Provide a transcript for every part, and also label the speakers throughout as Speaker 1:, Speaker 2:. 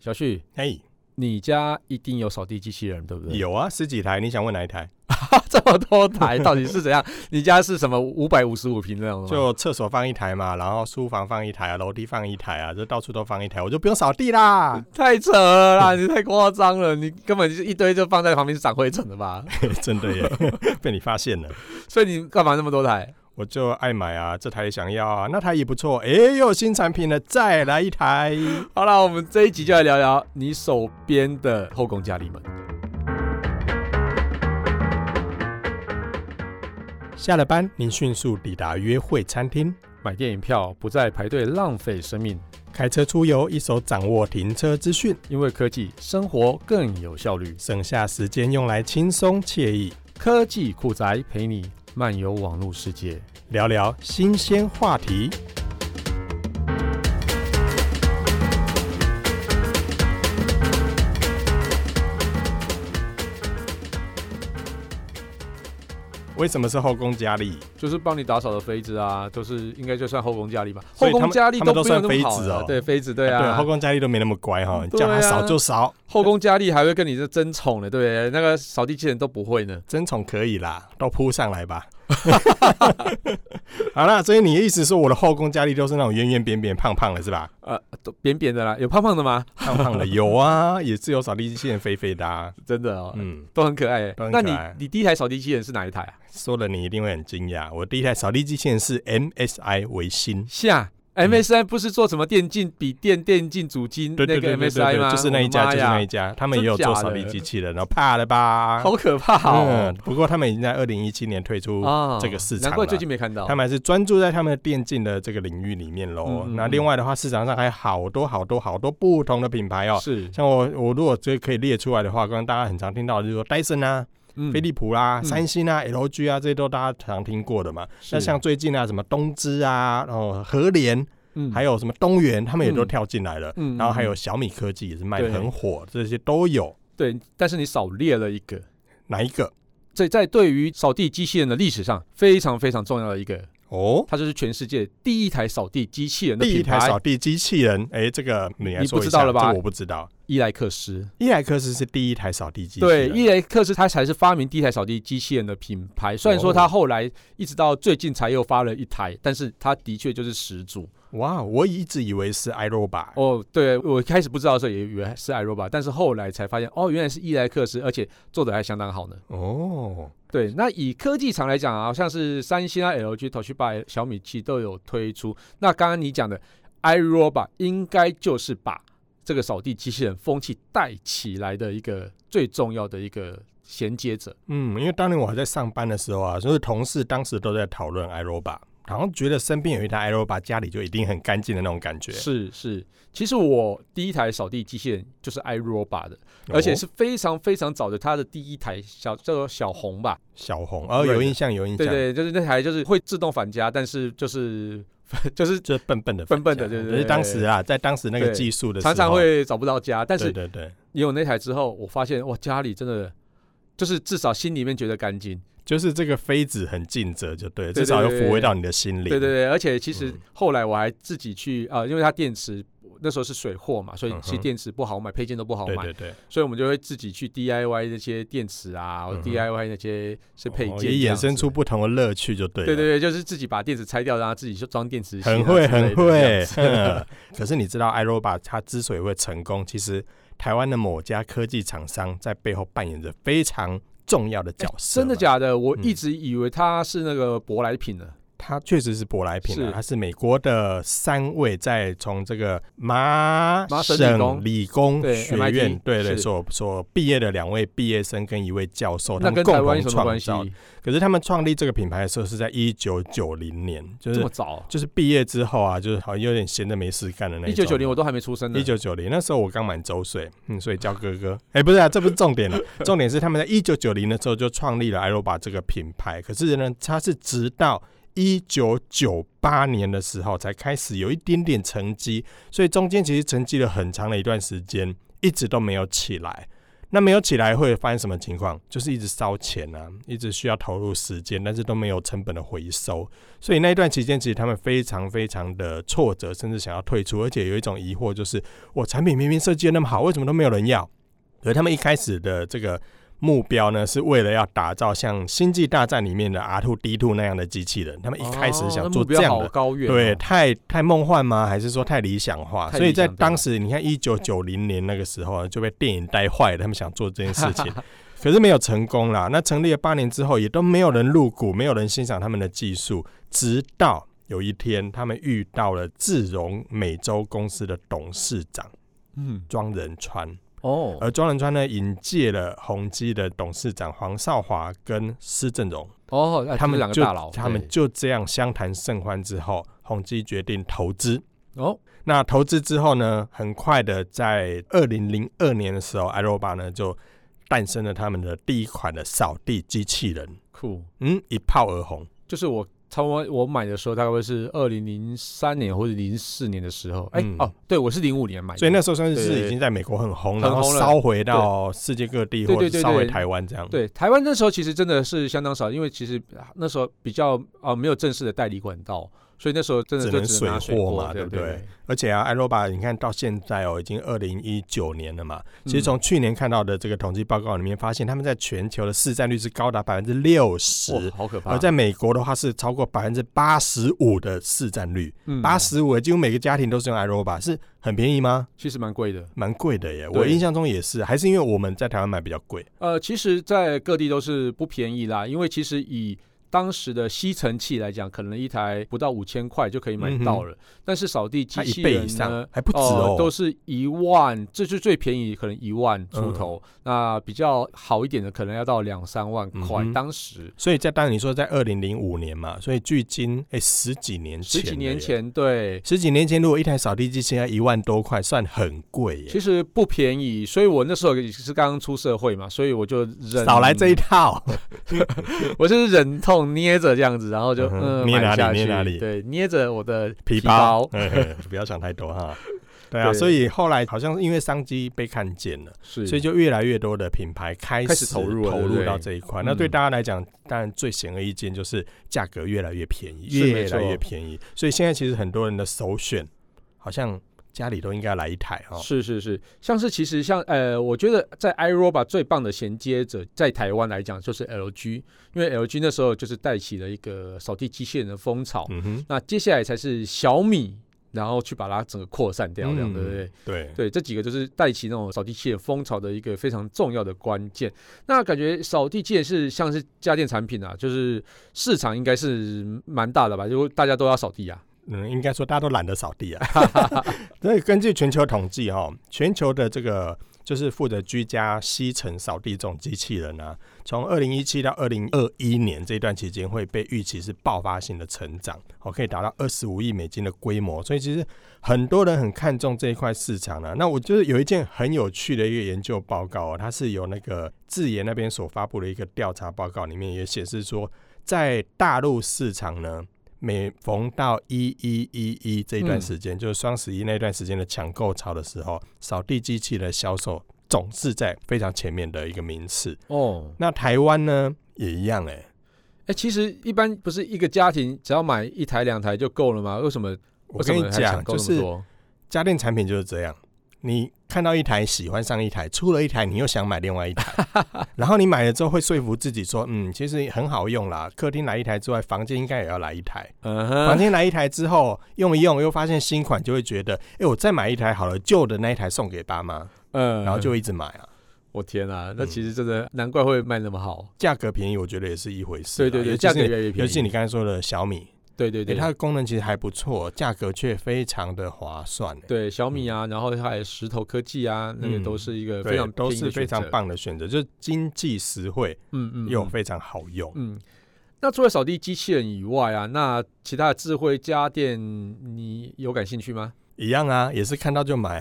Speaker 1: 小旭，
Speaker 2: 嘿，
Speaker 1: 你家一定有扫地机器人，对不对？
Speaker 2: 哎有啊，十几台，你想问哪一台？
Speaker 1: 这么多台，到底是怎样？ 你家是什么五百五十五平那种的吗？。
Speaker 2: 就厕所放一台嘛，然后书房放一台啊，楼梯放一台啊，这到处都放一台，我就不用扫地啦
Speaker 1: 太扯了啦！ 你太夸张了，你根本就是一堆就放在旁边是长灰尘的吧？
Speaker 2: 真的耶， 被你发现了，
Speaker 1: 所以你干嘛那么多台？
Speaker 2: 我就爱买啊，这台也想要啊，那台也不错，哎，又有新产品了，再来一台。
Speaker 1: 好啦，我们这一集就来聊聊你手边的后宫佳丽们。
Speaker 2: 下了班，您迅速抵达约会餐厅，
Speaker 1: 买电影票不再排队浪费生命，
Speaker 2: 开车出游，一手掌握停车资讯，
Speaker 1: 因为科技生活更有效率。
Speaker 2: 省下时间用来轻松惬意
Speaker 1: 科技酷宅陪你漫游网络世界。
Speaker 2: 聊聊新鲜话题。为什么是后宫佳丽？
Speaker 1: 就是帮你打扫的妃子啊，都是应该就算后宫佳丽吧。
Speaker 2: 所
Speaker 1: 后
Speaker 2: 以他们
Speaker 1: 宫佳丽
Speaker 2: 他们
Speaker 1: 不用
Speaker 2: 都算
Speaker 1: 那么好
Speaker 2: 妃子
Speaker 1: 了
Speaker 2: 哦
Speaker 1: 对妃子，对啊，
Speaker 2: 对，后宫佳丽都没那么乖哈，
Speaker 1: 嗯
Speaker 2: 叫她
Speaker 1: 对啊
Speaker 2: 扫就扫，
Speaker 1: 后宫佳丽还会跟你这争宠的，对不对？那个扫地机器人都不会呢。
Speaker 2: 争宠可以啦，都扑上来吧。 好啦，所以你的意思说我的后宫佳丽都是那种圆圆扁扁、胖胖的，是吧？
Speaker 1: 呃，都扁扁的啦，有胖胖的吗？
Speaker 2: 胖胖的有啊，也是有扫地机器人肥肥的、啊。
Speaker 1: 真的哦，
Speaker 2: 嗯，
Speaker 1: 都很可爱欸。
Speaker 2: 都很
Speaker 1: 那
Speaker 2: 可
Speaker 1: 你
Speaker 2: 爱
Speaker 1: 你第一台扫地机器人是哪一台啊？
Speaker 2: 说了你一定会很惊讶，我第一台扫地机器人是 MSI 维新。
Speaker 1: 下 MSI 不是做什么电竞笔电、电竞主机那
Speaker 2: 对对对
Speaker 1: 个
Speaker 2: 对对
Speaker 1: MSI 吗？
Speaker 2: 就是那一
Speaker 1: 我
Speaker 2: 家，
Speaker 1: 的妈
Speaker 2: 就是
Speaker 1: 呀
Speaker 2: 那一家，他们也有
Speaker 1: 真假
Speaker 2: 做
Speaker 1: 的
Speaker 2: 扫地机器人，然后哦怕了吧？
Speaker 1: 好可怕哦
Speaker 2: 嗯，！不过他们已经在二零一七年退出，
Speaker 1: 啊
Speaker 2: 嗯这个市场
Speaker 1: 难怪
Speaker 2: 啦
Speaker 1: 最近没看到
Speaker 2: 他。们还是专注在他们的电竞的这个领域里面喽。
Speaker 1: 嗯嗯
Speaker 2: 那
Speaker 1: 嗯
Speaker 2: 另外的话，市场上还有好多好多好多不同的品牌哦。
Speaker 1: 是，
Speaker 2: 像我，我如果这可以列出来的话，刚刚大家很常听到的就是说戴森啊、
Speaker 1: 嗯
Speaker 2: 飞利浦啦、
Speaker 1: 嗯
Speaker 2: 三星啊、LG 啊，这些都大家常听过的嘛。
Speaker 1: 是
Speaker 2: 那像最近啊，什么东芝啊，然后和联，
Speaker 1: 嗯
Speaker 2: 还有什么东元，他们也都
Speaker 1: 嗯
Speaker 2: 跳进来了。
Speaker 1: 嗯
Speaker 2: 然后还
Speaker 1: 嗯
Speaker 2: 有小米科技也是卖的
Speaker 1: 对
Speaker 2: 很火，这些都有。
Speaker 1: 对，但是你少列了一个，
Speaker 2: 哪一个？
Speaker 1: 这在对于扫地机器人的历史上非常非常重要的一个，
Speaker 2: 哦，
Speaker 1: 它就是全世界第一台扫地机器人的
Speaker 2: 第一
Speaker 1: 品
Speaker 2: 台扫
Speaker 1: 牌
Speaker 2: 地机器人，哎，这个你来
Speaker 1: 你
Speaker 2: 说
Speaker 1: 不
Speaker 2: 一
Speaker 1: 知
Speaker 2: 下，
Speaker 1: 道了吧
Speaker 2: 这个我不知道。
Speaker 1: 伊莱克斯。
Speaker 2: 伊莱克斯是第一台扫地机器
Speaker 1: 对，
Speaker 2: 人，啊
Speaker 1: 伊莱克斯它才是发明第一台扫地机器人的品牌。虽然说
Speaker 2: 哦
Speaker 1: 它后来一直到最近才又发了一台，但是它的确就是始祖。
Speaker 2: 哇，我一直以为是 iRobot，、
Speaker 1: 哦，对我开始不知道的时候也以为是 iRobot，但是后来才发现，哦，原来是伊莱克斯，而且做的还相当好呢。
Speaker 2: 哦，
Speaker 1: 对，那以科技厂来讲啊，像是三星啊、LG、Toshiba、小米其实都有推出。那刚刚你讲的 iRobot 应该就是把这个扫地机器人风气带起来的一个最重要的一个衔接者。
Speaker 2: 嗯，因为当年我还在上班的时候啊，就是同事当时都在讨论 iRobot，好像觉得身边有一台 iRobot，家里就一定很干净的那种感觉，
Speaker 1: 是是，其实我第一台扫地机器人就是 iRobot 的，而且
Speaker 2: 哦
Speaker 1: 是非常非常早的，它的第一台小叫做小红吧，
Speaker 2: 小红，哦，有印象，有印象，
Speaker 1: 对对，就是那台就是会自动返家，但是就是 就是
Speaker 2: 就是笨笨的
Speaker 1: 笨笨的
Speaker 2: 反家
Speaker 1: 对对
Speaker 2: 可是
Speaker 1: 对
Speaker 2: 当时啊，在当时那个
Speaker 1: 对
Speaker 2: 技术的时候，
Speaker 1: 常常，会找不到家，但
Speaker 2: 对
Speaker 1: 是
Speaker 2: 对对，
Speaker 1: 你有那台之后，我发现哇，家里真的就是至少心里面觉得干净。
Speaker 2: 就是这个妃子很尽责，就对，
Speaker 1: 对
Speaker 2: 至少有
Speaker 1: 对对
Speaker 2: 抚慰到你的心灵，
Speaker 1: 对对对，而且其实
Speaker 2: 嗯
Speaker 1: 后来我还自己去啊、呃因为它电池那时候是水货嘛，所以
Speaker 2: 嗯哼
Speaker 1: 其实电池不好买，配件都不好
Speaker 2: 对
Speaker 1: 买，
Speaker 2: 对对，
Speaker 1: 所以我们就会自己去 DIY 那些电池啊、
Speaker 2: 嗯哼
Speaker 1: d i y 那些是配
Speaker 2: 哦
Speaker 1: 件、
Speaker 2: 也衍生出。不同的乐趣，就对了，
Speaker 1: 对对对，就是自己把电池拆掉，然后自己就装电池芯啊之
Speaker 2: 很
Speaker 1: 类的这
Speaker 2: 会，
Speaker 1: 样子、
Speaker 2: 很会。啊哼 可是你知道，iRobot 它之所以会成功，其实台湾的某家科技厂商在背后扮演着非常重要的角色、
Speaker 1: 真的？假的？我
Speaker 2: 嗯
Speaker 1: 一直以为它是那个舶来品呢。
Speaker 2: 它确实是舶来品啊
Speaker 1: 是
Speaker 2: 它是美国的三位在从这个麻
Speaker 1: 麻省理工
Speaker 2: 省理工
Speaker 1: 对
Speaker 2: 学
Speaker 1: MIT
Speaker 2: 院对对
Speaker 1: 是
Speaker 2: 所所毕业的两位毕业生跟一位教授，
Speaker 1: 那
Speaker 2: 哦他们
Speaker 1: 跟台
Speaker 2: 共
Speaker 1: 湾
Speaker 2: 同
Speaker 1: 有什么
Speaker 2: 创
Speaker 1: 关系？
Speaker 2: 造。可是他们创立这个品牌的时候是在一九九零年，就
Speaker 1: 这么
Speaker 2: 是。
Speaker 1: 早？啊
Speaker 2: 就是毕业之后啊，就是好像有点闲的没事干的那
Speaker 1: 一
Speaker 2: 种。
Speaker 1: 九九零我都还没出生呢。
Speaker 2: 一九九零那时候我刚满周岁，嗯，所以叫哥哥。哎、不是啊，这不是重点了，重点是他们在一九九零的时候就创立了 iRobot 这个品牌，可是呢，它是直到一九九八年的时候才开始有一点点成绩，所以中间其实沉寂了很长的一段时间，一直都没有起来。那没有起来会发生什么情况？就是一直烧钱啊，一直需要投入时间，但是都没有成本的回收。所以那一段期间，其实他们非常非常的挫折，甚至想要退出，而且有一种疑惑，就是我产品明明设计的那么好，为什么都没有人要？而他们一开始的这个目标呢，是为了要打造像《星际大战》里面的 R Two D Two 那样的机器人。他们一开始
Speaker 1: 哦
Speaker 2: 想做这样的
Speaker 1: 好高远、哦
Speaker 2: 对，，太太梦幻吗？还是说太理想化？
Speaker 1: 太
Speaker 2: 所以
Speaker 1: 理想啊
Speaker 2: 在
Speaker 1: 化
Speaker 2: 当时，你看一九九零年那个时候啊就被电影带坏了，他们想做这件 事情，可是没有成功啦。那成立了八年之后，也都没有人入股，没有人欣赏他们的技术，直到有一天，他们遇到了智荣美洲公司的董事长
Speaker 1: 嗯，
Speaker 2: 庄仁川。
Speaker 1: 哦，
Speaker 2: 而庄仁川呢，引介了宏基的董事长黄少华跟施正荣，
Speaker 1: 哦，哎
Speaker 2: 他们
Speaker 1: 这两个
Speaker 2: 就
Speaker 1: 大佬，
Speaker 2: 他们
Speaker 1: 对
Speaker 2: 就这样相谈甚欢之后，宏基决定投资。
Speaker 1: 哦，
Speaker 2: 那投资之后呢，很快的在二零零二年的时候，艾罗巴呢就诞生了他们的第一款的扫地机器人，
Speaker 1: 酷，
Speaker 2: 嗯，一炮而红。
Speaker 1: 就是我差不多我买的时候大概会是二零零三年或者零四年的时候，哎、
Speaker 2: 嗯
Speaker 1: 哦，对我是零五年买的，
Speaker 2: 所以那时候算
Speaker 1: 哎对
Speaker 2: 是
Speaker 1: 对
Speaker 2: 已经在美国很红，
Speaker 1: 很
Speaker 2: 然后
Speaker 1: 红了
Speaker 2: 烧回到世界各地
Speaker 1: 对
Speaker 2: 或
Speaker 1: 对
Speaker 2: 者
Speaker 1: 对
Speaker 2: 烧回
Speaker 1: 对
Speaker 2: 台湾这样。
Speaker 1: 对台湾那时候其实真的是相当少，因为其实啊那时候比较啊、没有正式的代理管道，所以那时候真的
Speaker 2: 只
Speaker 1: 就
Speaker 2: 能
Speaker 1: 只能拿
Speaker 2: 水
Speaker 1: 水
Speaker 2: 货
Speaker 1: 货
Speaker 2: 嘛
Speaker 1: 对
Speaker 2: 对不
Speaker 1: 对
Speaker 2: 对？而且啊，艾罗巴，你看到现在哦，已经二零一九年了嘛。其实
Speaker 1: 嗯
Speaker 2: 从去年看到的这个统计报告里面，发现他们在全球的市占率是高达百分之六十，
Speaker 1: 哇，好可怕！
Speaker 2: 而在美国的话是超过百分之八十五的市占率，
Speaker 1: 嗯
Speaker 2: 八十五，几乎每个家庭都是用 i r o b a 是很便宜吗？
Speaker 1: 其实蛮贵的。
Speaker 2: 蛮贵的耶，
Speaker 1: 对
Speaker 2: 我印象中也是，还是因为我们在台湾买比较贵，
Speaker 1: 呃，其实，在各地都是不便宜啦，因为其实以当时的吸尘器来讲，可能一台不到五千块就可以买到了，但是扫地机
Speaker 2: 嗯它一
Speaker 1: 器
Speaker 2: 倍
Speaker 1: 人
Speaker 2: 以上
Speaker 1: 呢，
Speaker 2: 还不止
Speaker 1: 呃
Speaker 2: 哦，
Speaker 1: 都是一万，这是最便宜，可能一万出
Speaker 2: 嗯
Speaker 1: 头。那比较好一点的，可能要到两三万块。
Speaker 2: 嗯哼
Speaker 1: 当时
Speaker 2: 所以在当然你说在二零零五年嘛，所以距今哎十几年前，
Speaker 1: 十几年。前，对，
Speaker 2: 十几年前，如果一台扫地机器人要一万多块，算很贵耶
Speaker 1: 其。实不便宜，所以我那时候也是刚刚出社会嘛，所以我就忍
Speaker 2: 少来这一套，
Speaker 1: 嗯我就是忍痛捏着这样子，然后就
Speaker 2: 嗯哼
Speaker 1: 嗯
Speaker 2: 捏哪
Speaker 1: 买
Speaker 2: 里
Speaker 1: 下去
Speaker 2: 捏哪里
Speaker 1: 对，捏着我的
Speaker 2: 皮包
Speaker 1: 包，，
Speaker 2: 嘿嘿不要想太 多哈。对啊，
Speaker 1: 对
Speaker 2: 所以后来好像是因为商机被看见了。
Speaker 1: 是，
Speaker 2: 所以就越来越多的品牌开
Speaker 1: 开始投入了
Speaker 2: 投
Speaker 1: 对不
Speaker 2: 入
Speaker 1: 对
Speaker 2: 到这一块。
Speaker 1: 嗯
Speaker 2: 那对大家来讲，当然最显而易见就是价格越来越便宜，
Speaker 1: 是
Speaker 2: 越
Speaker 1: 没错
Speaker 2: 来越便宜。所以现在其实很多人的首选，好像家里都应该来一台哦。
Speaker 1: 是是是，像是其实像呃，我觉得在 iRobot 最棒的衔接者，在台湾来讲就是 LG，因为 LG 那时候就是带起了一个扫地机器人的风潮，
Speaker 2: 嗯哼，
Speaker 1: 那接下来才是小米，然后去把它整个扩散掉，这样、
Speaker 2: 嗯
Speaker 1: 对不对？
Speaker 2: 对，
Speaker 1: 对，这几个就是带起那种扫地机器人风潮的一个非常重要的关键。那感觉扫地机器人是像是家电产品啊，就是市场应该是蛮大的吧？如果大家都要扫地啊，
Speaker 2: 嗯，应该说大家都懒得扫地啊。 对，根据全球统计哦，全球的这个就是负责居家吸尘扫地这种机器人啊，从二零一七到二零二一年这段期间会被预期是爆发性的成长，哦，可以达到二十五亿美金的规模。所以其实很多人很看重这一块市场呢、那我就是有一件很有趣的一个研究报告、哦，它是由那个智研那边所发布的一个调查报告，里面也显示说，在大陆市场呢。每逢到一一一一这一段时间，就是双十一那段时间的抢购潮的时候，扫地机器的销售总是在非常前面的一个名次。
Speaker 1: 哦，
Speaker 2: 那台湾呢也一样哎、
Speaker 1: 哎、其实一般不是一个家庭只要买一台两台就够了吗？为什么？
Speaker 2: 我跟你
Speaker 1: 为什么还抢
Speaker 2: 讲，
Speaker 1: 购
Speaker 2: 就
Speaker 1: 那么
Speaker 2: 是
Speaker 1: 多
Speaker 2: 家电产品就是这样，你看到一台喜欢上一台，出了一台你又想买另外一台， 然后你买了之后会说服自己说，嗯，其实很好用啦，客厅来一台之外，房间应该也要来一台。
Speaker 1: 嗯
Speaker 2: 房
Speaker 1: 哼，
Speaker 2: 间来一台之后用一用，又发现新款，就会觉得，哎、我再买一台好了，旧的那一台送给爸妈，
Speaker 1: 嗯
Speaker 2: 然后就一直买啊。
Speaker 1: 我天啊，那
Speaker 2: 嗯
Speaker 1: 其实真的难怪会卖那么好。
Speaker 2: 价格便宜，我觉得也是一回事
Speaker 1: 对
Speaker 2: 啦。
Speaker 1: 对对，
Speaker 2: 尤其
Speaker 1: 价格
Speaker 2: 是
Speaker 1: 越
Speaker 2: 你
Speaker 1: 来越
Speaker 2: 尤
Speaker 1: 便
Speaker 2: 其
Speaker 1: 宜。
Speaker 2: 你刚才说的小米，
Speaker 1: 对对
Speaker 2: 哎，
Speaker 1: 对，
Speaker 2: 它的功能其实还不错，价格却非常的划算。哎
Speaker 1: 对小米啊，然后还有石头科技啊，那
Speaker 2: 嗯
Speaker 1: 个都是一个
Speaker 2: 对
Speaker 1: 非常
Speaker 2: 都
Speaker 1: 便宜
Speaker 2: 是
Speaker 1: 的
Speaker 2: 非
Speaker 1: 选
Speaker 2: 常
Speaker 1: 择，
Speaker 2: 棒的选择，就是经济实惠
Speaker 1: 嗯嗯，
Speaker 2: 又
Speaker 1: 嗯
Speaker 2: 非常好用。
Speaker 1: 嗯。那除了扫地机器人以外啊，那其他的智慧家电你有感兴趣吗？
Speaker 2: 一样啊，也是看到 就买，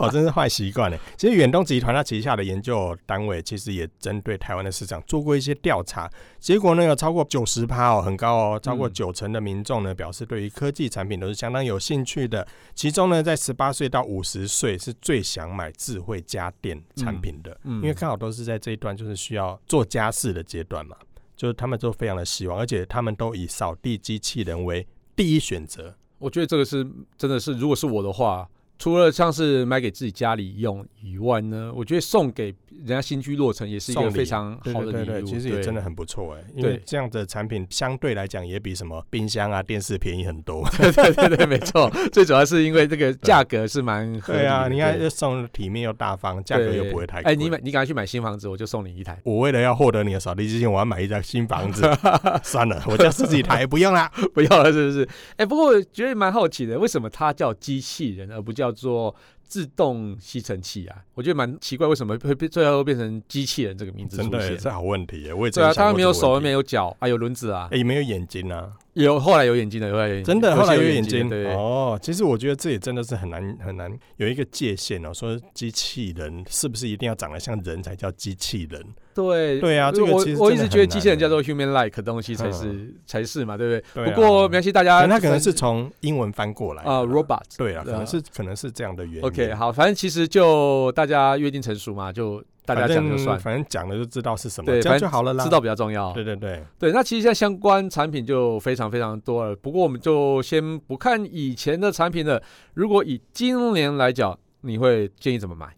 Speaker 2: 我真是坏习惯了。其实远东集团它旗下的研究单位其实也针对台湾的市场做过一些调查，结果呢有超过九十趴哦，很高哦，超过
Speaker 1: 嗯
Speaker 2: 九成的民众呢表示对于科技产品都是相当有兴趣的。其中呢，在十八岁到五十岁是最想买智慧家电产品的，
Speaker 1: 嗯嗯
Speaker 2: 因为刚好都是在这一段就是需要做家事的阶段嘛，就是他们都非常的希望，而且他们都以扫地机器人为第一选择。
Speaker 1: 我觉得这个是真的是，如果是我的话，除了像是买给自己家里用以外呢，我觉得送给人家新居落成也是一
Speaker 2: 送
Speaker 1: 个
Speaker 2: 礼
Speaker 1: 非常好的
Speaker 2: 对对
Speaker 1: 礼
Speaker 2: 对
Speaker 1: 物，
Speaker 2: 对，其实也
Speaker 1: 对
Speaker 2: 真的很不错哎、因
Speaker 1: 对
Speaker 2: 为这样的产品相对来讲也比什么冰箱啊、电视便宜很多。
Speaker 1: 对对对对，没 错，最主要是因为这个价格是蛮合理的。
Speaker 2: 对啊，你看
Speaker 1: 对
Speaker 2: 又送得体面又大方，价格又不会太贵。。
Speaker 1: 哎，你买你赶快去买新房子，我就送你一台
Speaker 2: 我为了要获得你的扫地机器人，我要买一家新房 子。算了，我叫自己台，不用啦。
Speaker 1: 不要了，是不是？哎，不过我觉得蛮好奇的，为什么它叫机器人而不叫做自动吸尘器啊？我觉得蛮奇怪，为什么会变最后变成机器人这个名字
Speaker 2: 哦真
Speaker 1: 出
Speaker 2: 的耶，
Speaker 1: 现？
Speaker 2: 这好问题欸耶，我也真
Speaker 1: 对啊，
Speaker 2: 的想
Speaker 1: 它
Speaker 2: 过
Speaker 1: 没有
Speaker 2: 这个
Speaker 1: 手，
Speaker 2: 问题
Speaker 1: 没有脚啊，有轮子啊，
Speaker 2: 哎，没有眼睛啊，
Speaker 1: 有后来有眼睛的，后来有眼睛
Speaker 2: 真的，后来有眼睛
Speaker 1: 睛，对，
Speaker 2: 哦。其实我觉得这也真的是很难很难有一个界限哦，说机器人是不是一定要长得像人才叫机器人？
Speaker 1: 对
Speaker 2: 对啊这个
Speaker 1: 我
Speaker 2: 其实
Speaker 1: 我一
Speaker 2: 真
Speaker 1: 直
Speaker 2: 的很
Speaker 1: 觉得机器人
Speaker 2: 难欸
Speaker 1: 叫做 human like 的东西才
Speaker 2: 嗯
Speaker 1: 是、才是嘛，对不对？
Speaker 2: 对啊
Speaker 1: 不过没关系，大
Speaker 2: 可
Speaker 1: 家
Speaker 2: 能它可能
Speaker 1: 分
Speaker 2: 是从英文翻过来的
Speaker 1: 啊、
Speaker 2: 啦
Speaker 1: robot。
Speaker 2: 对啊，可
Speaker 1: 对啊
Speaker 2: 能是可能是这样的原因。
Speaker 1: OK，好，反正其实就大家约定成熟嘛，就大家
Speaker 2: 反
Speaker 1: 讲就
Speaker 2: 正
Speaker 1: 算，
Speaker 2: 反正讲了就知道是什么，
Speaker 1: 对
Speaker 2: 这样
Speaker 1: 反
Speaker 2: 就
Speaker 1: 正
Speaker 2: 好了啦。
Speaker 1: 知道比较重要。
Speaker 2: 对对对，
Speaker 1: 对，那其实现在相关产品就非常非常多了。不过我们就先不看以前的产品了，如果以今年来讲，你会建议怎么买？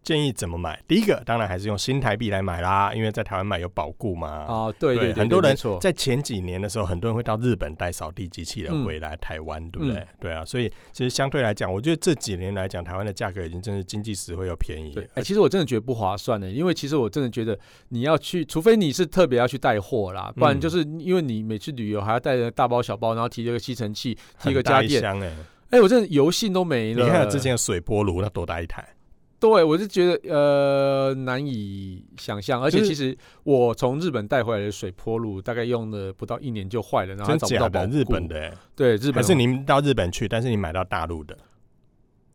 Speaker 2: 建议怎么买？第一个当然还是用新台币来买啦，因为在台湾买有保固嘛。
Speaker 1: 啊，对对，
Speaker 2: 很多人
Speaker 1: 没错
Speaker 2: 在前几年的时候，很多人会到日本带扫地机器人回来台湾，对不对？
Speaker 1: 嗯
Speaker 2: 对啊，所以其实相对来讲，我觉得这几年来讲，台湾的价格已经真是经济实惠又便宜
Speaker 1: 对，哎、其实我真的觉得不划算的，因为其实我真的觉得你要去，除非你是特别要去带货啦，不然
Speaker 2: 嗯
Speaker 1: 就是因为你每次旅游还要带着大包小包，然后提着个吸尘器，提个
Speaker 2: 很大
Speaker 1: 家
Speaker 2: 一
Speaker 1: 电，
Speaker 2: 箱哎、
Speaker 1: 哎、我真的油性都没了。
Speaker 2: 你看之前的水波炉，那多大一台？
Speaker 1: 对我是觉得呃难以想象，而且
Speaker 2: 就是
Speaker 1: 其实我从日本带回来的水波炉大概用了不到一年就坏了，然后还
Speaker 2: 真
Speaker 1: 找不
Speaker 2: 假
Speaker 1: 到保
Speaker 2: 的？
Speaker 1: 固
Speaker 2: 日本的、欸，
Speaker 1: 对啊日
Speaker 2: 还
Speaker 1: 本
Speaker 2: 是你到日本去，但是你买到大陆的？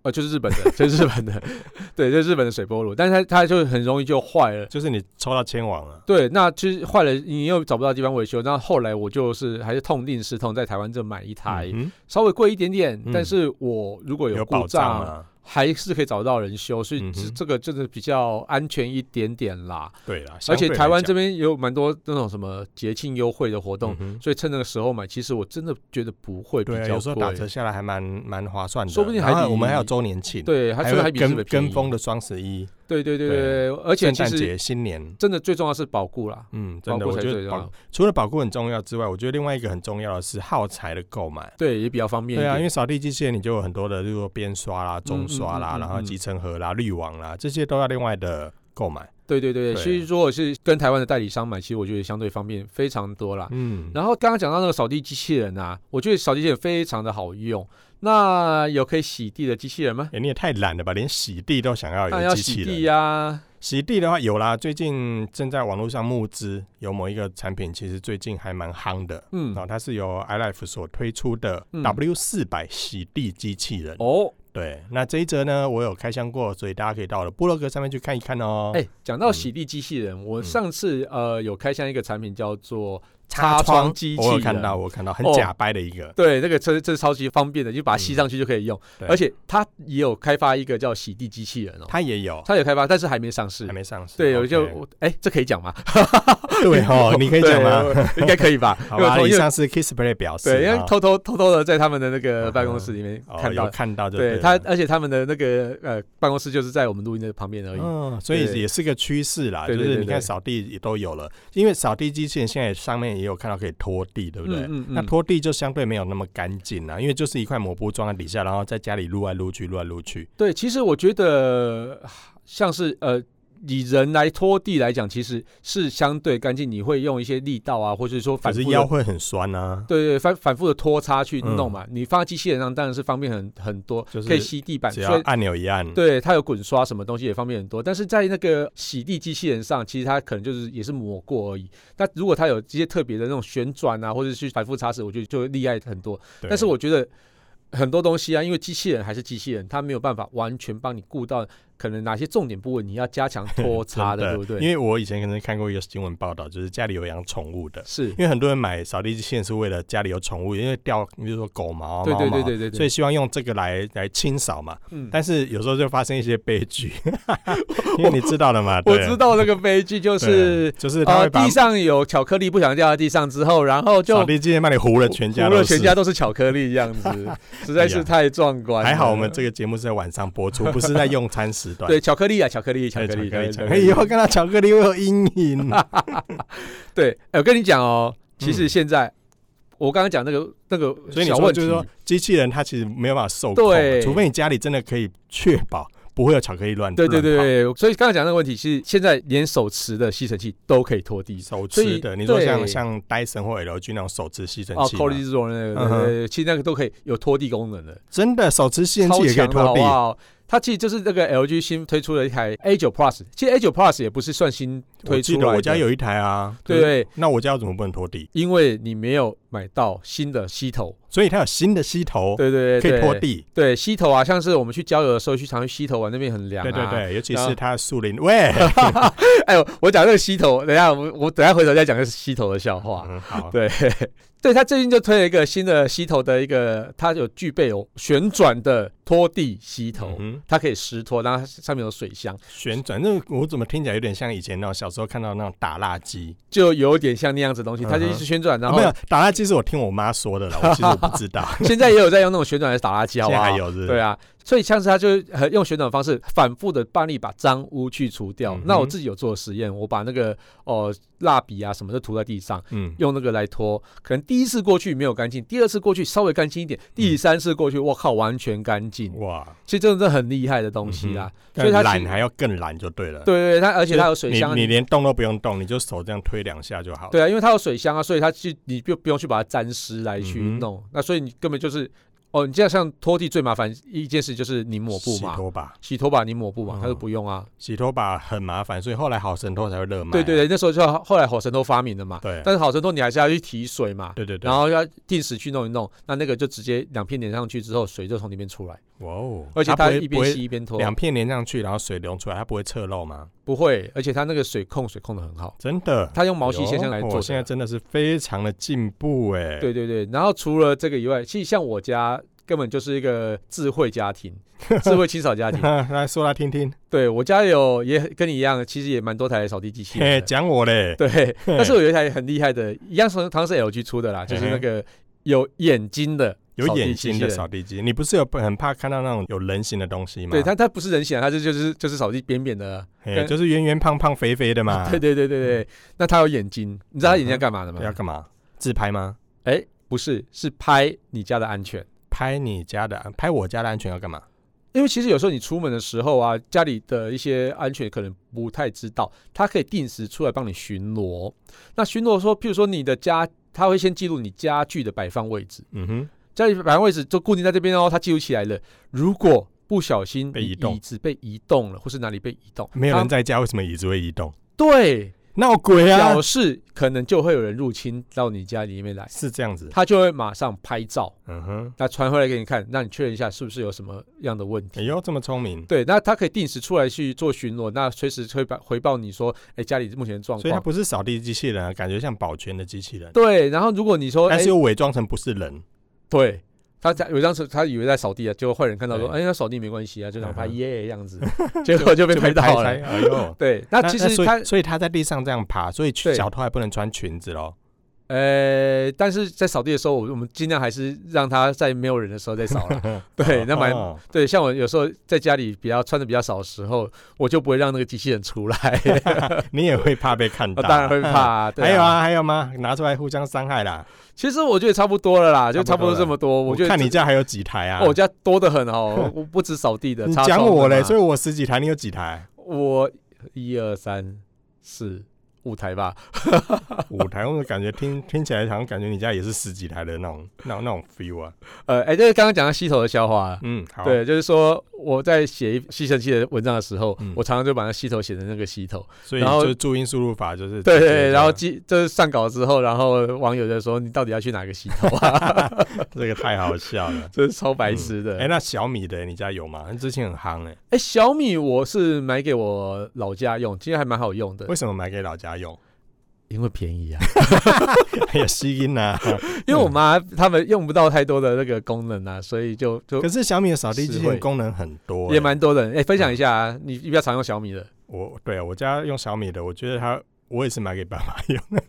Speaker 1: 呃就是日本的，就是日本的， 对，就是日本的水波炉，但是它它就很容易就坏了。
Speaker 2: 就是你抽到千网啊了、
Speaker 1: 对，那其实坏了，你又找不到地方维修。那后来我就是还是痛定思痛，在台湾这买一台，
Speaker 2: 嗯
Speaker 1: 稍微贵一点点，
Speaker 2: 嗯
Speaker 1: 但是我如果
Speaker 2: 哼有
Speaker 1: 故
Speaker 2: 保障
Speaker 1: 障，
Speaker 2: 啊？
Speaker 1: 还是可以找到人修，所以
Speaker 2: 嗯
Speaker 1: 这
Speaker 2: 哼
Speaker 1: 这个真的比较安全一点点啦。
Speaker 2: 对啦，
Speaker 1: 而且台湾这
Speaker 2: 边
Speaker 1: 边也有蛮多那种什么节庆优惠的活动，所以趁那个时候买，其实我真的觉得不会比
Speaker 2: 嗯对啊，
Speaker 1: 较
Speaker 2: 有时候打折
Speaker 1: 贵。
Speaker 2: 下来还蛮蛮划算的，啊
Speaker 1: 说不定还
Speaker 2: 然后
Speaker 1: 比
Speaker 2: 我们还有周年庆，，
Speaker 1: 对，还
Speaker 2: 还
Speaker 1: 虽然还
Speaker 2: 有
Speaker 1: 比日
Speaker 2: 跟
Speaker 1: 本便宜
Speaker 2: 跟风的双十一、
Speaker 1: 对对对对
Speaker 2: 对啊
Speaker 1: 对，而且
Speaker 2: 圣
Speaker 1: 其
Speaker 2: 诞
Speaker 1: 实
Speaker 2: 节、新年。
Speaker 1: 真的最重要是保固啦，
Speaker 2: 嗯，真
Speaker 1: 保
Speaker 2: 的，
Speaker 1: 固
Speaker 2: 我
Speaker 1: 才
Speaker 2: 觉
Speaker 1: 最
Speaker 2: 得
Speaker 1: 重
Speaker 2: 保
Speaker 1: 要。
Speaker 2: 除了保护很重要之外，我觉得另外一个很重要的是耗材的购买。
Speaker 1: 嗯对，也比较方便一
Speaker 2: 对
Speaker 1: 点。
Speaker 2: 啊，因为扫地机器人你就有很多的，例如说边刷啦、中刷
Speaker 1: 嗯
Speaker 2: 啦，
Speaker 1: 嗯嗯
Speaker 2: 然后
Speaker 1: 嗯
Speaker 2: 集成盒啦、滤网啦，这些都要另外的购买。
Speaker 1: 对对对，
Speaker 2: 对啊
Speaker 1: 其实如果是跟台湾的代理商买，其实我觉得相对方便非常多啦。
Speaker 2: 嗯，
Speaker 1: 然后刚刚讲到那个扫地机器人啊，我觉得扫地机器人非常的好用。那有可以洗地的机器人吗？
Speaker 2: 哎，你也太懒了吧，连洗地都想要
Speaker 1: 当然
Speaker 2: 有
Speaker 1: 要
Speaker 2: 机器
Speaker 1: 洗
Speaker 2: 人。
Speaker 1: 地呀、啊，
Speaker 2: 洗地的话有啦，最近正在网络上募资，有某一个产品，其实最近还蛮夯的。
Speaker 1: 嗯
Speaker 2: 然，后它是由 iLife 所推出的
Speaker 1: 嗯
Speaker 2: W 四百洗地机器人。
Speaker 1: 哦，
Speaker 2: 对，那这一则呢，我有开箱过，所以大家可以到我的部落格上面去看一看哦。嗯
Speaker 1: 哎、讲到洗地机器人，我上次呃有开箱一个产品叫做
Speaker 2: 擦
Speaker 1: 窗机器人，
Speaker 2: 我有看到，我有看到很
Speaker 1: 哦
Speaker 2: 假掰的一个，
Speaker 1: 对，那个真真是超级方便的，就把它吸上去就可以用，
Speaker 2: 嗯对
Speaker 1: 而且它也有开发一个叫洗地机器人哦，
Speaker 2: 它也有，
Speaker 1: 它有开发，但是还没上市
Speaker 2: 还。没上市。
Speaker 1: 对，有
Speaker 2: OK
Speaker 1: 就我哎、这可以讲吗？
Speaker 2: 对 哦，你可以讲吗？
Speaker 1: 对？应该可以吧？
Speaker 2: 好
Speaker 1: 因为我
Speaker 2: 吧，
Speaker 1: 同
Speaker 2: 以
Speaker 1: 因为
Speaker 2: 上是 Kissplay 表示，
Speaker 1: 对，因为
Speaker 2: 哦
Speaker 1: 偷偷偷偷的在他们的那个办公室里面
Speaker 2: 哦
Speaker 1: 看到，
Speaker 2: 有看到就
Speaker 1: 对
Speaker 2: 了
Speaker 1: 他，而且他们的那个呃办公室就是在我们录音的旁边而已。
Speaker 2: 嗯，所以
Speaker 1: 对
Speaker 2: 也是个趋势啦，就
Speaker 1: 对对
Speaker 2: 是
Speaker 1: 对
Speaker 2: 你看
Speaker 1: 对
Speaker 2: 扫地也都有了，因为扫地机器人现在上面也有看到可以拖地，对不对？
Speaker 1: 嗯
Speaker 2: 那拖地就相对没有那么干净啦，因为就是一块抹布装在底下，然后在家里撸来撸去，撸来撸去。
Speaker 1: 对，其实我觉得呃像是呃。以人来拖地来讲，其实是相对干净，你会用一些力道啊，或者说
Speaker 2: 可
Speaker 1: 反复
Speaker 2: 是
Speaker 1: 地
Speaker 2: 腰会很酸啊，
Speaker 1: 对对反反复的拖擦去
Speaker 2: 嗯
Speaker 1: 弄嘛。你放在机器人上当然是方便很很多，
Speaker 2: 就是
Speaker 1: 可以吸地板，
Speaker 2: 只
Speaker 1: 所
Speaker 2: 要
Speaker 1: 以
Speaker 2: 按钮一按，
Speaker 1: 对它有滚刷什么东西也方便很多。但是在那个洗地机器人上，其实它可能就是也是抹过而已。那如果它有一些特别的那种旋转啊，或者去反复擦拭，我觉得就会厉害很多。
Speaker 2: 对
Speaker 1: 但是我觉得，很多东西啊，因为机器人还是机器人，它没有办法完全帮你顾到，可能哪些重点部位你要加强拖擦
Speaker 2: 真
Speaker 1: 的，对不
Speaker 2: 因
Speaker 1: 对？
Speaker 2: 为我以前可能看过一个新闻报道，就是家里有养宠物的，
Speaker 1: 是
Speaker 2: 因，为很多人买扫地机器人是为了家里有宠物，因为掉，比如说狗毛啊、
Speaker 1: 对对
Speaker 2: 猫
Speaker 1: 对
Speaker 2: 毛啊
Speaker 1: 对对对，
Speaker 2: 所以希望用这个来来清扫嘛。
Speaker 1: 嗯，
Speaker 2: 但是有时候就发生一些悲 剧，因为你知道的嘛，
Speaker 1: 我
Speaker 2: 对
Speaker 1: 知道那个悲剧就
Speaker 2: 对
Speaker 1: 是。
Speaker 2: 就是他
Speaker 1: 呃，
Speaker 2: 会把
Speaker 1: 地上有巧克力不小心掉在地上之后，然后就
Speaker 2: 扫地机器人把你糊了，全家
Speaker 1: 除
Speaker 2: 都
Speaker 1: 了
Speaker 2: 是
Speaker 1: 全家都是巧克力这样 子，实在
Speaker 2: 哎
Speaker 1: 是
Speaker 2: 呀
Speaker 1: 太壮观了。
Speaker 2: 还好我们这个节目是在晚上播出，不是在用餐时段。
Speaker 1: 对巧克力啊，巧克力，巧
Speaker 2: 对，
Speaker 1: 克力，
Speaker 2: 巧
Speaker 1: 巧
Speaker 2: 克
Speaker 1: 克
Speaker 2: 力，哎
Speaker 1: 力
Speaker 2: 以后看到巧克力会有阴影。啊
Speaker 1: 对，哎我跟你讲哦，其实
Speaker 2: 嗯
Speaker 1: 现在我刚刚讲那个那个
Speaker 2: 所以你
Speaker 1: 小
Speaker 2: 说
Speaker 1: 问
Speaker 2: 就是
Speaker 1: 题，
Speaker 2: 说，机器人它其实没有办法受控
Speaker 1: 对
Speaker 2: 嘛，除非你家里真的可以确保不会有巧克力乱
Speaker 1: 对对对
Speaker 2: 乱跑
Speaker 1: 对，所以刚刚讲那个问题，其实现在连手持的吸尘器都可以拖地
Speaker 2: 手
Speaker 1: 所
Speaker 2: 持
Speaker 1: 以
Speaker 2: 的，你说像
Speaker 1: 对
Speaker 2: 像 Dyson 或 LG 那种手持吸尘
Speaker 1: 哦
Speaker 2: 器
Speaker 1: c o l
Speaker 2: 嘛，
Speaker 1: i s o 那
Speaker 2: 嗯
Speaker 1: 个，
Speaker 2: 哼
Speaker 1: 对对其实那个都可以有拖地功能的，
Speaker 2: 真的手持吸尘器
Speaker 1: 超
Speaker 2: 也可以
Speaker 1: 强的
Speaker 2: 拖
Speaker 1: 好
Speaker 2: 地
Speaker 1: 不，好？它其实就是那个 LG 新推出的一台 A 9 Plus，其实 A 9 Plus 也不是算新
Speaker 2: 我
Speaker 1: 推出
Speaker 2: 记
Speaker 1: 来
Speaker 2: 得
Speaker 1: 的，
Speaker 2: 我家有一台啊，
Speaker 1: 对不，对？
Speaker 2: 那我家怎么不能拖地？
Speaker 1: 因为你没有买到新的吸头，
Speaker 2: 所以它有新的吸头，
Speaker 1: 对对
Speaker 2: 哦可
Speaker 1: 对，
Speaker 2: 以拖
Speaker 1: 对
Speaker 2: 地。
Speaker 1: 对，溪头啊，像是我们去郊游的时候，去常去溪头玩，那边很凉、啊。
Speaker 2: 对对。对，尤其
Speaker 1: 然后
Speaker 2: 是它的树林，喂，
Speaker 1: 哎呦，我讲这个溪头，等一下我我等一下回头再讲这溪头的笑话。
Speaker 2: 嗯好，
Speaker 1: 对， 对他最近就推了一个新的溪头的一个，它有具备有旋转的拖地溪头，
Speaker 2: 嗯哼
Speaker 1: 它可以湿拖，然后它上面有水箱，
Speaker 2: 旋转，那我怎么听起来有点像以前那种小时候看到那种打蜡机？
Speaker 1: 就有点像那样子的东西，它就一
Speaker 2: 嗯
Speaker 1: 直旋转，然
Speaker 2: 啊，
Speaker 1: 后
Speaker 2: 没有打蜡机是我听我妈说的了，我其实我不知道，
Speaker 1: 现在也有在用那种旋转来打垃圾，好
Speaker 2: 现
Speaker 1: 不
Speaker 2: 在
Speaker 1: 好
Speaker 2: 还？有是不是？
Speaker 1: 对啊，所以像是他就是呃用旋转方式反复的帮你把脏污去除掉。
Speaker 2: 嗯哼
Speaker 1: 那我自己有做实验，我把那个哦蜡笔啊什么的涂在地上，
Speaker 2: 嗯，
Speaker 1: 用那个来拖。可能第一次过去没有干净，第二次过去稍微干净一点，
Speaker 2: 嗯
Speaker 1: 第三次过去，我靠，完全干净。
Speaker 2: 哇，
Speaker 1: 其实真的是很厉害的东西啦。所以它
Speaker 2: 更
Speaker 1: 其
Speaker 2: 嗯懒还要更懒就对了。，
Speaker 1: 对对对，它而且它有水箱
Speaker 2: 你，你连动都不用动，你就手这样推两下就好了。
Speaker 1: 对啊，因为它有水箱啊，所以它去你就不用去把它沾湿来去
Speaker 2: 嗯哼
Speaker 1: 弄。那所以你根本就是哦，你这样像拖地最麻烦一件事就是你抹布
Speaker 2: 洗
Speaker 1: 嘛。
Speaker 2: 拖把，
Speaker 1: 洗头把你抹布嘛，他说
Speaker 2: 嗯
Speaker 1: 不用啊，
Speaker 2: 洗拖把很麻烦，所以后来好神拖才会热卖啊。
Speaker 1: 对对对，那时候就后来好神都发明了嘛。
Speaker 2: 对
Speaker 1: 但是好神都你还是要去提水嘛，
Speaker 2: 对对对。
Speaker 1: 然后要定时去弄一弄，那那个就直接两片连上去之后，水就从里面出来，
Speaker 2: 哇哦，
Speaker 1: 而且它
Speaker 2: 它不会
Speaker 1: 一
Speaker 2: 不
Speaker 1: 边
Speaker 2: 会
Speaker 1: 吸一边拖，
Speaker 2: 两片连上去，然后水流出来，它不会侧漏吗？
Speaker 1: 不会，而且它那个水控水控的很好，
Speaker 2: 真的，
Speaker 1: 它用毛细现象来
Speaker 2: 有
Speaker 1: 做
Speaker 2: 哦现在
Speaker 1: 的。
Speaker 2: 真的是非常的进步哎。
Speaker 1: 对对对，然后除了这个以外，其实像我家根本就是一个智慧家庭，智慧清扫 家庭。
Speaker 2: 来说来 听听，
Speaker 1: 对我家有也跟你一样，其实也蛮多台扫地机器
Speaker 2: 嘿，
Speaker 1: 人的。
Speaker 2: 讲我嘞，
Speaker 1: 对， 但是我有一台很厉害的，一样是同样是 LG 出的啦，就是那个有眼睛的
Speaker 2: 嗯有
Speaker 1: 扫地
Speaker 2: 眼
Speaker 1: 机
Speaker 2: 睛
Speaker 1: 器
Speaker 2: 的
Speaker 1: 人
Speaker 2: 扫地机，你不是有很怕看到那种有人形的东西吗？
Speaker 1: 对，它它不是人形啊，它就就是就是扫地扁扁的。
Speaker 2: 嘿，
Speaker 1: 跟
Speaker 2: 就是圆圆胖胖肥肥的嘛。
Speaker 1: 对对对对对，那它有眼睛，你知道它眼睛要干嘛的吗？
Speaker 2: 嗯要干嘛？自拍吗？
Speaker 1: 哎，不是，是拍你家的安全。
Speaker 2: 拍你家的，拍我家的安全要干嘛？
Speaker 1: 因为其实有时候你出门的时候啊，家里的一些安全可能不太知道，它可以定时出来帮你巡逻。那巡逻说，譬如说你的家，它会先记录你家具的摆放位置，
Speaker 2: 嗯哼，
Speaker 1: 家里摆放位置就固定在这边哦，它记录起来了。如果不小心
Speaker 2: 被
Speaker 1: 你
Speaker 2: 移动
Speaker 1: 椅子被移动了，或是哪里被移动，
Speaker 2: 没有人
Speaker 1: 它
Speaker 2: 在家，为什么椅子会移
Speaker 1: 啊
Speaker 2: 动？
Speaker 1: 对
Speaker 2: 闹鬼啊
Speaker 1: 表！示可能就会有人入侵到你家里面来，
Speaker 2: 是这样子，
Speaker 1: 他就会马上拍照，
Speaker 2: 嗯哼，
Speaker 1: 那传回来给你看，让你确认一下是不是有什么样的问题。
Speaker 2: 哎呦，这么聪明，
Speaker 1: 对，那他可以定时出来去做巡逻，那随时会把回报你说，哎，家里目前的状
Speaker 2: 所以它
Speaker 1: 况。
Speaker 2: 不是扫地机器人啊，感觉像保全的机器人，
Speaker 1: 对，然后如果你说，
Speaker 2: 但
Speaker 1: 哎
Speaker 2: 是，又伪装成不是人。
Speaker 1: 对，他在有张时他以为在扫地啊，结果坏人看到说，
Speaker 2: 对
Speaker 1: 哎，那扫地没关系啊，就想拍
Speaker 2: 嗯哼
Speaker 1: 耶这 样子，结果就被
Speaker 2: 就
Speaker 1: 拍到了。，
Speaker 2: 哎 呦
Speaker 1: 对，那其实
Speaker 2: 所
Speaker 1: 他
Speaker 2: 以所以他在地上这样爬，所以
Speaker 1: 对
Speaker 2: 小偷还不能穿裙子喽。
Speaker 1: 呃，但是在扫地的时候，我我们尽量还是让他在没有人的时候再扫 了。对，那蛮
Speaker 2: 哦
Speaker 1: 对，像我有时候在家里比较穿的比较少的时候，我就不会让那个机器人出来，
Speaker 2: 你也会怕被看
Speaker 1: 我
Speaker 2: 到，
Speaker 1: 当然会怕、
Speaker 2: 嗯。
Speaker 1: 啊。对
Speaker 2: 还有啊，还有吗？拿出来互相伤害啦！
Speaker 1: 其实我觉得差不多了啦，就差
Speaker 2: 差
Speaker 1: 不
Speaker 2: 不
Speaker 1: 多
Speaker 2: 多
Speaker 1: 这么多。觉得
Speaker 2: 看
Speaker 1: 这
Speaker 2: 你、家还有几台啊？
Speaker 1: 哦我家多得很 哦，我不止扫地的，
Speaker 2: 你
Speaker 1: 擦
Speaker 2: 讲
Speaker 1: 窗的
Speaker 2: 我嘞，
Speaker 1: 嘛
Speaker 2: 所以我十几台，你有几台？
Speaker 1: 我一二三四五台吧，
Speaker 2: 五台，我感觉听 听起来好像感觉你家也是十几台的那种那种那种 feel 啊。
Speaker 1: 呃，哎、这是刚刚讲到溪头的笑话啊。
Speaker 2: 嗯，好，
Speaker 1: 对，就是说我在写一吸尘器的文章的时候，
Speaker 2: 嗯
Speaker 1: 我常常就把那吸头写成那个吸头。
Speaker 2: 所以
Speaker 1: 然后
Speaker 2: 就是注音输入法就是
Speaker 1: 对对
Speaker 2: 直接这
Speaker 1: 对，
Speaker 2: 样
Speaker 1: 然后记就是上稿之后，然后网友就说你到底要去哪个吸头啊？。
Speaker 2: 这个太好笑了
Speaker 1: 这是超白痴的。
Speaker 2: 哎、那小米的你家有吗？之前很夯哎、
Speaker 1: 哎、小米我是买给我老家用，其实还蛮好用的
Speaker 2: 为，什么买给老家用？
Speaker 1: 因为便宜啊。
Speaker 2: 也吸音啊呐。
Speaker 1: 因为我妈他们用不到太多的那个功能啊，所以就就
Speaker 2: 可是小米的扫地机
Speaker 1: 实
Speaker 2: 器
Speaker 1: 惠
Speaker 2: 人功能很多、
Speaker 1: 也
Speaker 2: 哎
Speaker 1: 蛮多人。哎、分享一下啊，你你比较常用小米的，
Speaker 2: 我对啊我家用小米的，我觉得它我也是买给爸妈用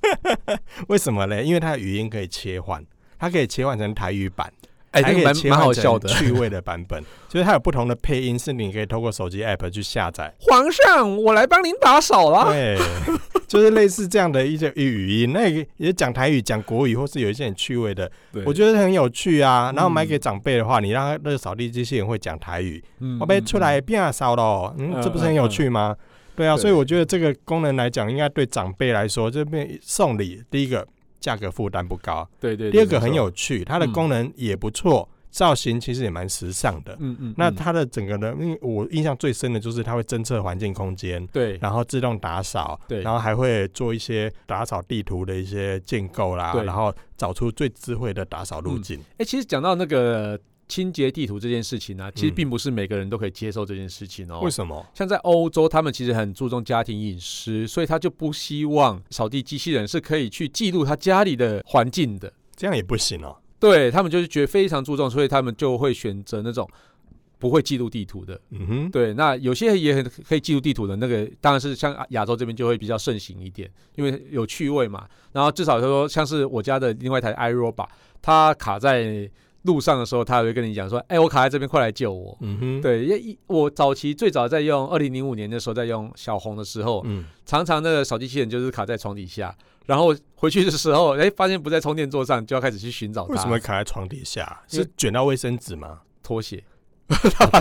Speaker 2: 的。为什么嘞？因为它的语音可以切换，它可以切换成台语版，
Speaker 1: 哎、
Speaker 2: 还
Speaker 1: 这
Speaker 2: 可
Speaker 1: 个
Speaker 2: 以
Speaker 1: 蛮
Speaker 2: 切
Speaker 1: 蛮好
Speaker 2: 换成
Speaker 1: 笑的。
Speaker 2: 趣味的版 本。就是它有不同的配音，是你可以透过手机
Speaker 1: 啊
Speaker 2: app 去下载。
Speaker 1: 皇上，我来帮您打扫啦。
Speaker 2: 对， 就是类似这样的一些语音，那个也讲台语、讲国语，或是有一些很趣味的，
Speaker 1: 对
Speaker 2: 我觉得很有趣啊。然后买
Speaker 1: 嗯
Speaker 2: 给长辈的话，你让他那个扫地机器人会讲台语，
Speaker 1: 嗯
Speaker 2: 我被
Speaker 1: 嗯
Speaker 2: 出
Speaker 1: 嗯
Speaker 2: 来变少了，嗯
Speaker 1: 嗯，
Speaker 2: 这不是很有趣吗？对啊，
Speaker 1: 对
Speaker 2: 所以我觉得这个功能来讲，应该对长辈来说，这边送礼，第一个价格负担不高，
Speaker 1: 对对，
Speaker 2: 第二个
Speaker 1: 没
Speaker 2: 很
Speaker 1: 错，
Speaker 2: 有趣，它的
Speaker 1: 嗯
Speaker 2: 功能也不错，造型其实也蛮时尚的。
Speaker 1: 嗯嗯，
Speaker 2: 那
Speaker 1: 嗯
Speaker 2: 它的整个的，因为我印象最深的就是它会侦测环境空间，
Speaker 1: 对
Speaker 2: 然后自动打扫，
Speaker 1: 对
Speaker 2: 然后还会做一些打扫地图的一些建构啦
Speaker 1: 对，
Speaker 2: 然后找出最智慧的打扫路径。
Speaker 1: 哎、其实讲到那个清洁地图这件事情呢、啊，其实
Speaker 2: 嗯
Speaker 1: 并不是每个人都可以接受这件事情哦。
Speaker 2: 为什么？
Speaker 1: 像在欧洲，他们其实很注重家庭饮食，所以他就不希望扫地机器人是可以去记录他家里的环境的。
Speaker 2: 这样也不行哦。
Speaker 1: 对他们就是觉得非常注重，所以他们就会选择那种不会记录地图的。
Speaker 2: 嗯哼，
Speaker 1: 对，那有些也很可以记录地图的那个，当然是像亚洲这边就会比较盛行一点，因为有趣味嘛。然后至少说，像是我家的另外一台 iRobot，它卡在路上的时候，它也会跟你讲说：“哎、我卡在这边，快来救我。
Speaker 2: 嗯哼，，
Speaker 1: 对，因为一我早期最早在用二零零五年的时候，在用小红的时候，
Speaker 2: 嗯。
Speaker 1: 常常那个扫地机器人就是卡在床底下，然后回去的时候，哎、发现不在充电座上，就要开始去寻找它。
Speaker 2: 为什么卡在床底下？
Speaker 1: 哦因为
Speaker 2: 是卷到卫生纸吗？
Speaker 1: 拖鞋？
Speaker 2: 把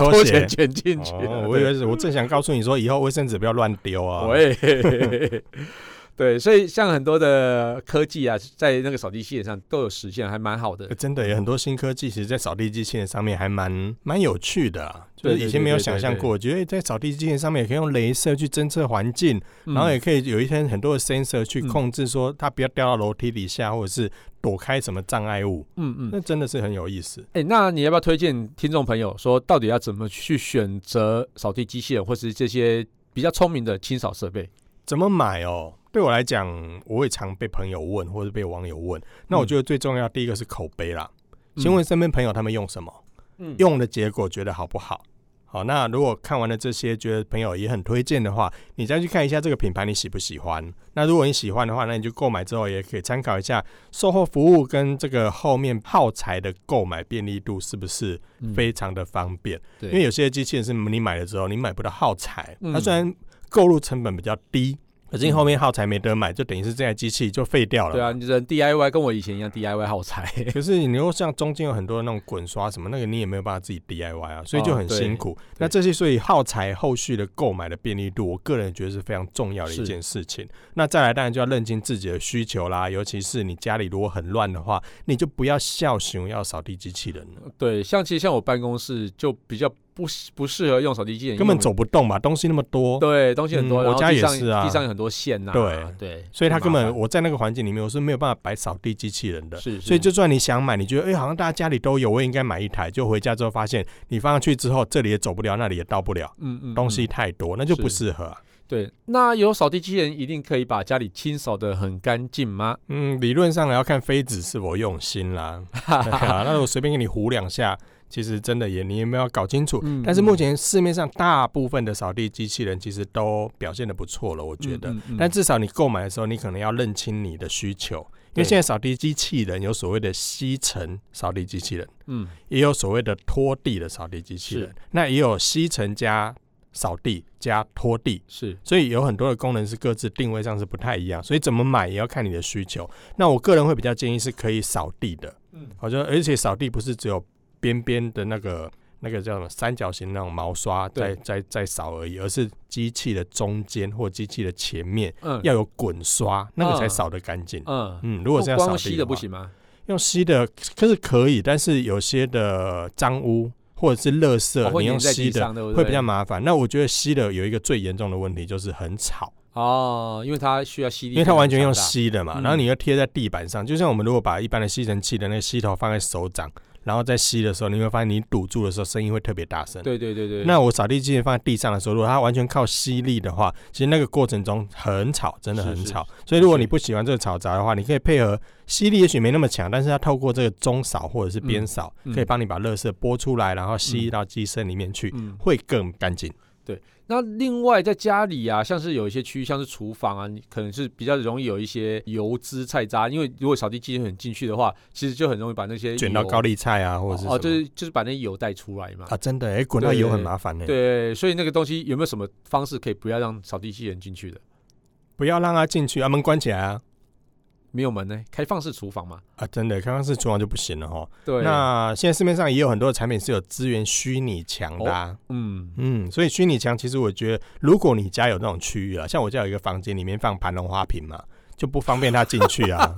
Speaker 1: 拖鞋卷进去了、
Speaker 2: 哦，
Speaker 1: 对
Speaker 2: 我以为是，我正想告诉你说，以后卫生纸不要乱丢啊。
Speaker 1: 喂， 对，所以像很多的科技啊，在那个扫地机器人上都有实现，还蛮好的
Speaker 2: 呃。真的有很多新科技，其实在扫地机器人上面还蛮蛮有趣的啊、就
Speaker 1: 对
Speaker 2: 是以前没有想象过。我觉得在扫地机器人上面也可以用镭射去侦测环境，然后也可以有一些很多的 sensor 去
Speaker 1: 嗯
Speaker 2: 控制，说它不要掉到楼梯底下，或者是躲开什么障碍物。
Speaker 1: 嗯嗯，哎、
Speaker 2: 那真的是很有意思。
Speaker 1: 那你要不要推荐听众朋友说，到底要怎么去选择扫地机器人，或是这些比较聪明的清扫设备？
Speaker 2: 怎么买哦？对我来讲，我也常被朋友问，或者被网友问。那
Speaker 1: 嗯
Speaker 2: 我觉得最重要，第一个是口碑啦。先问身边朋友他们用什么，
Speaker 1: 嗯
Speaker 2: 用的结果觉得好不好？好，那如果看完了这些，觉得朋友也很推荐的话，你再去看一下这个品牌你喜不喜欢。那如果你喜欢的话，那你就购买之后也可以参考一下售后服务跟这个后面耗材的购买便利度是不是
Speaker 1: 嗯
Speaker 2: 非常的方便。
Speaker 1: 对，
Speaker 2: 因为有些机器人是你买了之后你买不到耗材，
Speaker 1: 嗯
Speaker 2: 它虽然购入成本比较低，可是你后面耗材没得买，就等于是这台机器就废掉了。
Speaker 1: 对啊，你人 DIY 跟我以前一样 DIY 耗材，
Speaker 2: 可是你又像中间有很多那种滚刷什么，那个你也没有办法自己 DIY 啊，所以
Speaker 1: 哦
Speaker 2: 就很辛苦。那这些所以耗材后续的购买的便利度，我个人觉得是非常重要的一件事情。那再来，当然就要认清自己的需求啦，尤其是你家里如果很乱的话，你就不要笑熊要扫地机器人了，
Speaker 1: 对，像其实像我办公室就比较不不适合用扫地机器人，
Speaker 2: 根
Speaker 1: 因为我
Speaker 2: 本
Speaker 1: 们
Speaker 2: 走不动嘛，东西那么多。
Speaker 1: 对东西很多，
Speaker 2: 嗯
Speaker 1: 然
Speaker 2: 我
Speaker 1: 后
Speaker 2: 家
Speaker 1: 地
Speaker 2: 也
Speaker 1: 上
Speaker 2: 是啊
Speaker 1: 地上有很多线呐、
Speaker 2: 对
Speaker 1: 对，
Speaker 2: 所以他
Speaker 1: 很
Speaker 2: 根
Speaker 1: 麻
Speaker 2: 本
Speaker 1: 烦
Speaker 2: 我在那个环境里面，我是没有办法摆扫地机器人的。
Speaker 1: 是，
Speaker 2: 所
Speaker 1: 是
Speaker 2: 以就算你想买，你觉得哎、好像大家家里都有，我也应该买一台。就回家之后发现，你放上去之后，这里也走不了，那里也到不了。
Speaker 1: 嗯嗯
Speaker 2: 东
Speaker 1: 嗯
Speaker 2: 西太多，那就不适合啊、
Speaker 1: 对，那有扫地机器人一定可以把家里清扫的很干净吗？
Speaker 2: 嗯，理论上来要看妃子是否用 心啦。对啊那我随便给你糊两下，其实真的也你也没有要搞清楚。
Speaker 1: 嗯
Speaker 2: 但是目前市面上大部分的扫地机器人其实都表现的不错了，我觉得。
Speaker 1: 嗯嗯嗯
Speaker 2: 但至少你购买的时候，你可能要认清你的需求，因为
Speaker 1: 对
Speaker 2: 现在扫地机器人有所谓的吸尘扫地机器人，
Speaker 1: 嗯，
Speaker 2: 也有所谓的拖地的扫地机器人
Speaker 1: 是，
Speaker 2: 那也有吸尘加扫地加拖地。
Speaker 1: 是
Speaker 2: 所以有很多的功能是各自定位上是不太一样，所以怎么买也要看你的需求。那我个人会比较建议是可以扫地的，
Speaker 1: 嗯
Speaker 2: 好像而且扫地不是只有边边的那个那个叫什么三角形那种毛刷在
Speaker 1: 对
Speaker 2: 在在扫而已，而是机器的中间或机器的前面
Speaker 1: 嗯
Speaker 2: 要有滚刷，那个才
Speaker 1: 嗯
Speaker 2: 扫得干净。
Speaker 1: 嗯，
Speaker 2: 嗯，如果是要扫
Speaker 1: 光
Speaker 2: 地
Speaker 1: 吸的不
Speaker 2: 话
Speaker 1: 行吗？
Speaker 2: 用吸的可是可以，但是有些的脏污或者是垃
Speaker 1: 哦
Speaker 2: 圾，
Speaker 1: 会
Speaker 2: 你用
Speaker 1: 粘在
Speaker 2: 吸
Speaker 1: 地
Speaker 2: 的
Speaker 1: 上，对不对？
Speaker 2: 会比较麻烦。那我觉得吸的有一个最严重的问题就是很吵，
Speaker 1: 哦，因为它需要吸力，
Speaker 2: 因为它完全用，吸的嘛，
Speaker 1: 嗯
Speaker 2: 然后你又贴在地板上，就像我们如果把一般的吸尘器的那个吸头放在手掌，然后在吸的时候，你会发现你堵住的时候声音会特别大声。
Speaker 1: 对对对对。
Speaker 2: 那我扫地机器人放在地上的时候，如果它完全靠吸力的话，其实那个过程中很吵，真的
Speaker 1: 是
Speaker 2: 很
Speaker 1: 是
Speaker 2: 吵。所以如果你
Speaker 1: 是
Speaker 2: 不喜欢这个吵杂的话，你可以配合吸力，也许没那么强，但是它透过这个中扫或者是边
Speaker 1: 嗯
Speaker 2: 扫，
Speaker 1: 嗯
Speaker 2: 可以帮你把垃圾拨出来，然后吸
Speaker 1: 嗯
Speaker 2: 到机身里面去，
Speaker 1: 嗯，
Speaker 2: 会更干净。
Speaker 1: 那另外在家里啊，像是有一些区域，像是厨房啊，你可能是比较容易有一些油脂菜渣，因为如果扫地机器人进去的话，其实就很容易把那些
Speaker 2: 卷到
Speaker 1: 油
Speaker 2: 高丽菜啊，或者是什么
Speaker 1: 哦，就是就是把那些油带出来嘛。
Speaker 2: 啊，真的哎，滚到
Speaker 1: 对
Speaker 2: 油很麻烦呢。
Speaker 1: 对，所以那个东西有没有什么方式可以不要让扫地机器人进去的？
Speaker 2: 不要让它进去，啊，门关起来啊。
Speaker 1: 没有门呢，开放式厨房嘛。
Speaker 2: 啊，真的，刚刚是厨房就不行了哈。
Speaker 1: 对，
Speaker 2: 那现在市面上也有很多的产品是有资源虚拟墙的、啊，
Speaker 1: 嗯
Speaker 2: 嗯，所以虚拟墙其实我觉得，如果你家有那种区域啊，像我家有一个房间里面放盘龙花瓶嘛，就不方便他进 去啊。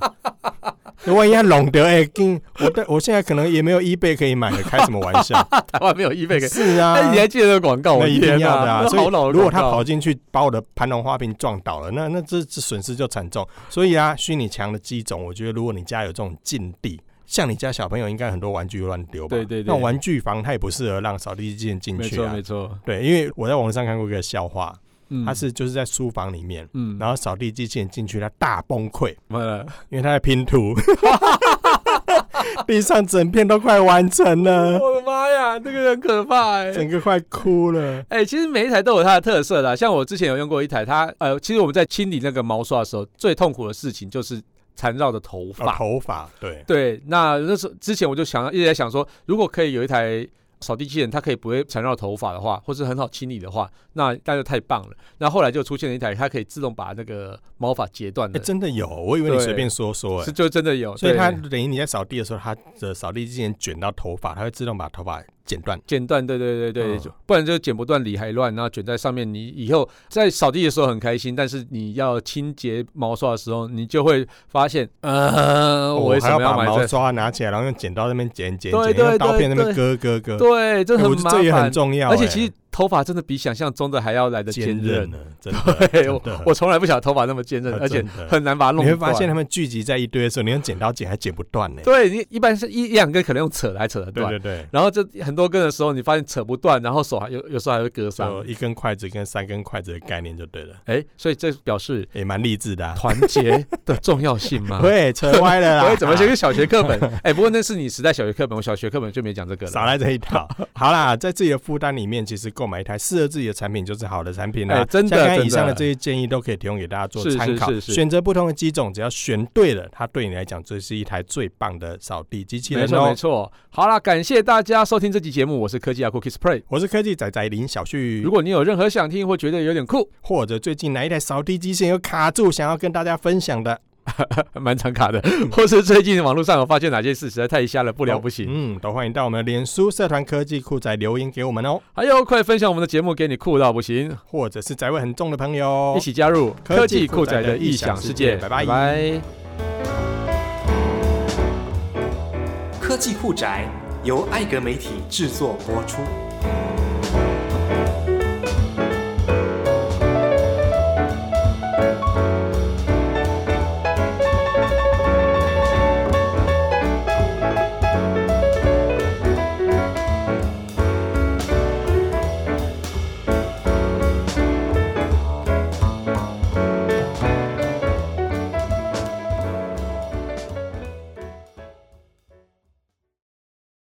Speaker 2: 万一他拢得哎，跟我的我现在可能也没有 eBay 可以买了，开什么 玩笑？
Speaker 1: 啊台湾没有 eBay 可以。
Speaker 2: 是啊，
Speaker 1: 哎，你还记得那个广告？
Speaker 2: 那
Speaker 1: 我
Speaker 2: 一
Speaker 1: 天
Speaker 2: 定要的
Speaker 1: 哪
Speaker 2: 啊。
Speaker 1: 那
Speaker 2: 所以
Speaker 1: 好老的哦
Speaker 2: 如果他
Speaker 1: 广告
Speaker 2: 跑进去把我的盘龙花瓶撞倒了，那那这这损失就惨重。所以啊，虚拟墙的机种，我觉得如果你家有这种禁地。像你家小朋友应该很多玩具乱丢吧？
Speaker 1: 对对对
Speaker 2: 那种玩具房它也不适合让扫地机器人进
Speaker 1: 没
Speaker 2: 去
Speaker 1: 错
Speaker 2: 啊。
Speaker 1: 没错，
Speaker 2: 对，因为我在网络上看过一个笑话，
Speaker 1: 嗯
Speaker 2: 他是就是在书房里面，
Speaker 1: 嗯，
Speaker 2: 然后扫地机器人进去，他大崩溃，
Speaker 1: 呃
Speaker 2: 因为他在拼图，地上整片都快完成 了，
Speaker 1: 我的妈呀，这个很可怕哎、
Speaker 2: 整个快哭了。
Speaker 1: 哎、其实每一台都有它的特色啦。像我之前有用过一台，它呃，其实我们在清理那个毛刷的时候，最痛苦的事情就是缠绕的头
Speaker 2: 哦、
Speaker 1: 发。
Speaker 2: 头发，对，
Speaker 1: 对，那那时候之前我就想一直在想说，如果可以有一台扫地机器人，它可以不会缠绕头发的话，或是很好清理的话，那那就太棒了。那后来就出现了一台，它可以自动把那个毛发截断
Speaker 2: 哎、
Speaker 1: 的，
Speaker 2: 真的有，我以为你
Speaker 1: 对
Speaker 2: 随便说说、
Speaker 1: 是
Speaker 2: 哎，
Speaker 1: 就真的有，
Speaker 2: 所以
Speaker 1: 对
Speaker 2: 它等于你在扫地的时候，它的扫地机器人卷到头发，它会自动把头发剪断。
Speaker 1: 剪断，对对对对，
Speaker 2: 嗯
Speaker 1: 就不然就剪不断，理还乱，然后卷在上面。你以后在扫地的时候很开心，但是你要清洁毛刷的时候，你就会发现，呃， 我为什
Speaker 2: 哦还要
Speaker 1: 么
Speaker 2: 把
Speaker 1: 买
Speaker 2: 毛
Speaker 1: 这？
Speaker 2: 刷拿起来，然后用剪刀在那边剪剪
Speaker 1: 对
Speaker 2: 剪，用
Speaker 1: 对
Speaker 2: 刀
Speaker 1: 对
Speaker 2: 片在那边
Speaker 1: 对
Speaker 2: 割割割。
Speaker 1: 对，这
Speaker 2: 哎
Speaker 1: 很
Speaker 2: 我觉
Speaker 1: 麻
Speaker 2: 得这也很
Speaker 1: 烦。
Speaker 2: 重要、
Speaker 1: 而且
Speaker 2: 哎
Speaker 1: 其实头发真的比想象中的还要来的
Speaker 2: 坚
Speaker 1: 坚
Speaker 2: 韧
Speaker 1: 韧。
Speaker 2: 呢，真 的，
Speaker 1: 对
Speaker 2: 真
Speaker 1: 我
Speaker 2: 的
Speaker 1: 我从来不晓得头发那么坚韧，
Speaker 2: 啊
Speaker 1: 而且
Speaker 2: 嗯真的
Speaker 1: 很难把它弄
Speaker 2: 你
Speaker 1: 断。
Speaker 2: 会发现他们聚集在一堆的时候，你用剪刀剪还剪不断呢、
Speaker 1: 对你一般是一一两根可能用扯的还扯得
Speaker 2: 对
Speaker 1: 断，
Speaker 2: 对对，
Speaker 1: 然后这很多根的时候，你发现扯不断，然后手还有有时候还会割
Speaker 2: 就
Speaker 1: 伤。
Speaker 2: 一根筷子跟三根筷子的概念就对了，
Speaker 1: 哎，所以这表示
Speaker 2: 也蛮励志的、啊。
Speaker 1: 团结的重要性 吗？
Speaker 2: 喂，扯歪了 啦！
Speaker 1: 我会啊怎么写个小学课本？ 哎、不过那是你时代小学课本，我小学课本就没讲这个
Speaker 2: 少
Speaker 1: 了。
Speaker 2: 来这一套。好啦，在自己的负担里面，其实购买一台适合自己的产品就是好的产品啦。
Speaker 1: 哎真的
Speaker 2: 像刚才
Speaker 1: 真的
Speaker 2: 以上的这些建议都可以提供给大家做
Speaker 1: 是是
Speaker 2: 参考。
Speaker 1: 是是
Speaker 2: 选择不同的机种，只要选对了，它对你来讲就是一台最棒的扫地机器
Speaker 1: 没
Speaker 2: 人
Speaker 1: 错
Speaker 2: 哦
Speaker 1: 没。错，好啦，感谢大家收听这期节目，我是科技阿酷 Kiss Play。
Speaker 2: 我是科技仔仔林小旭，
Speaker 1: 如果你有任何想听或觉得有点酷，
Speaker 2: 或者最近哪一台扫地机器人有卡住，想要跟大家分享的，
Speaker 1: 蛮常卡的， 或是最近网络上有发现哪些事实在太瞎了，不聊不行。
Speaker 2: 嗯，都欢迎到我们的脸书社团科技酷仔留言给我们哦，
Speaker 1: 还有，快分享我们的节目给你酷到不行，
Speaker 2: 或者是宅味很重的朋友
Speaker 1: 一，起加入
Speaker 2: 科技
Speaker 1: 科技
Speaker 2: 酷
Speaker 1: 酷
Speaker 2: 宅
Speaker 1: 宅
Speaker 2: 的
Speaker 1: 的
Speaker 2: 异
Speaker 1: 异
Speaker 2: 想
Speaker 1: 想
Speaker 2: 世
Speaker 1: 世
Speaker 2: 界
Speaker 1: 界。
Speaker 2: 拜拜
Speaker 1: 拜拜
Speaker 3: 科技酷宅由艾格媒体制作播出。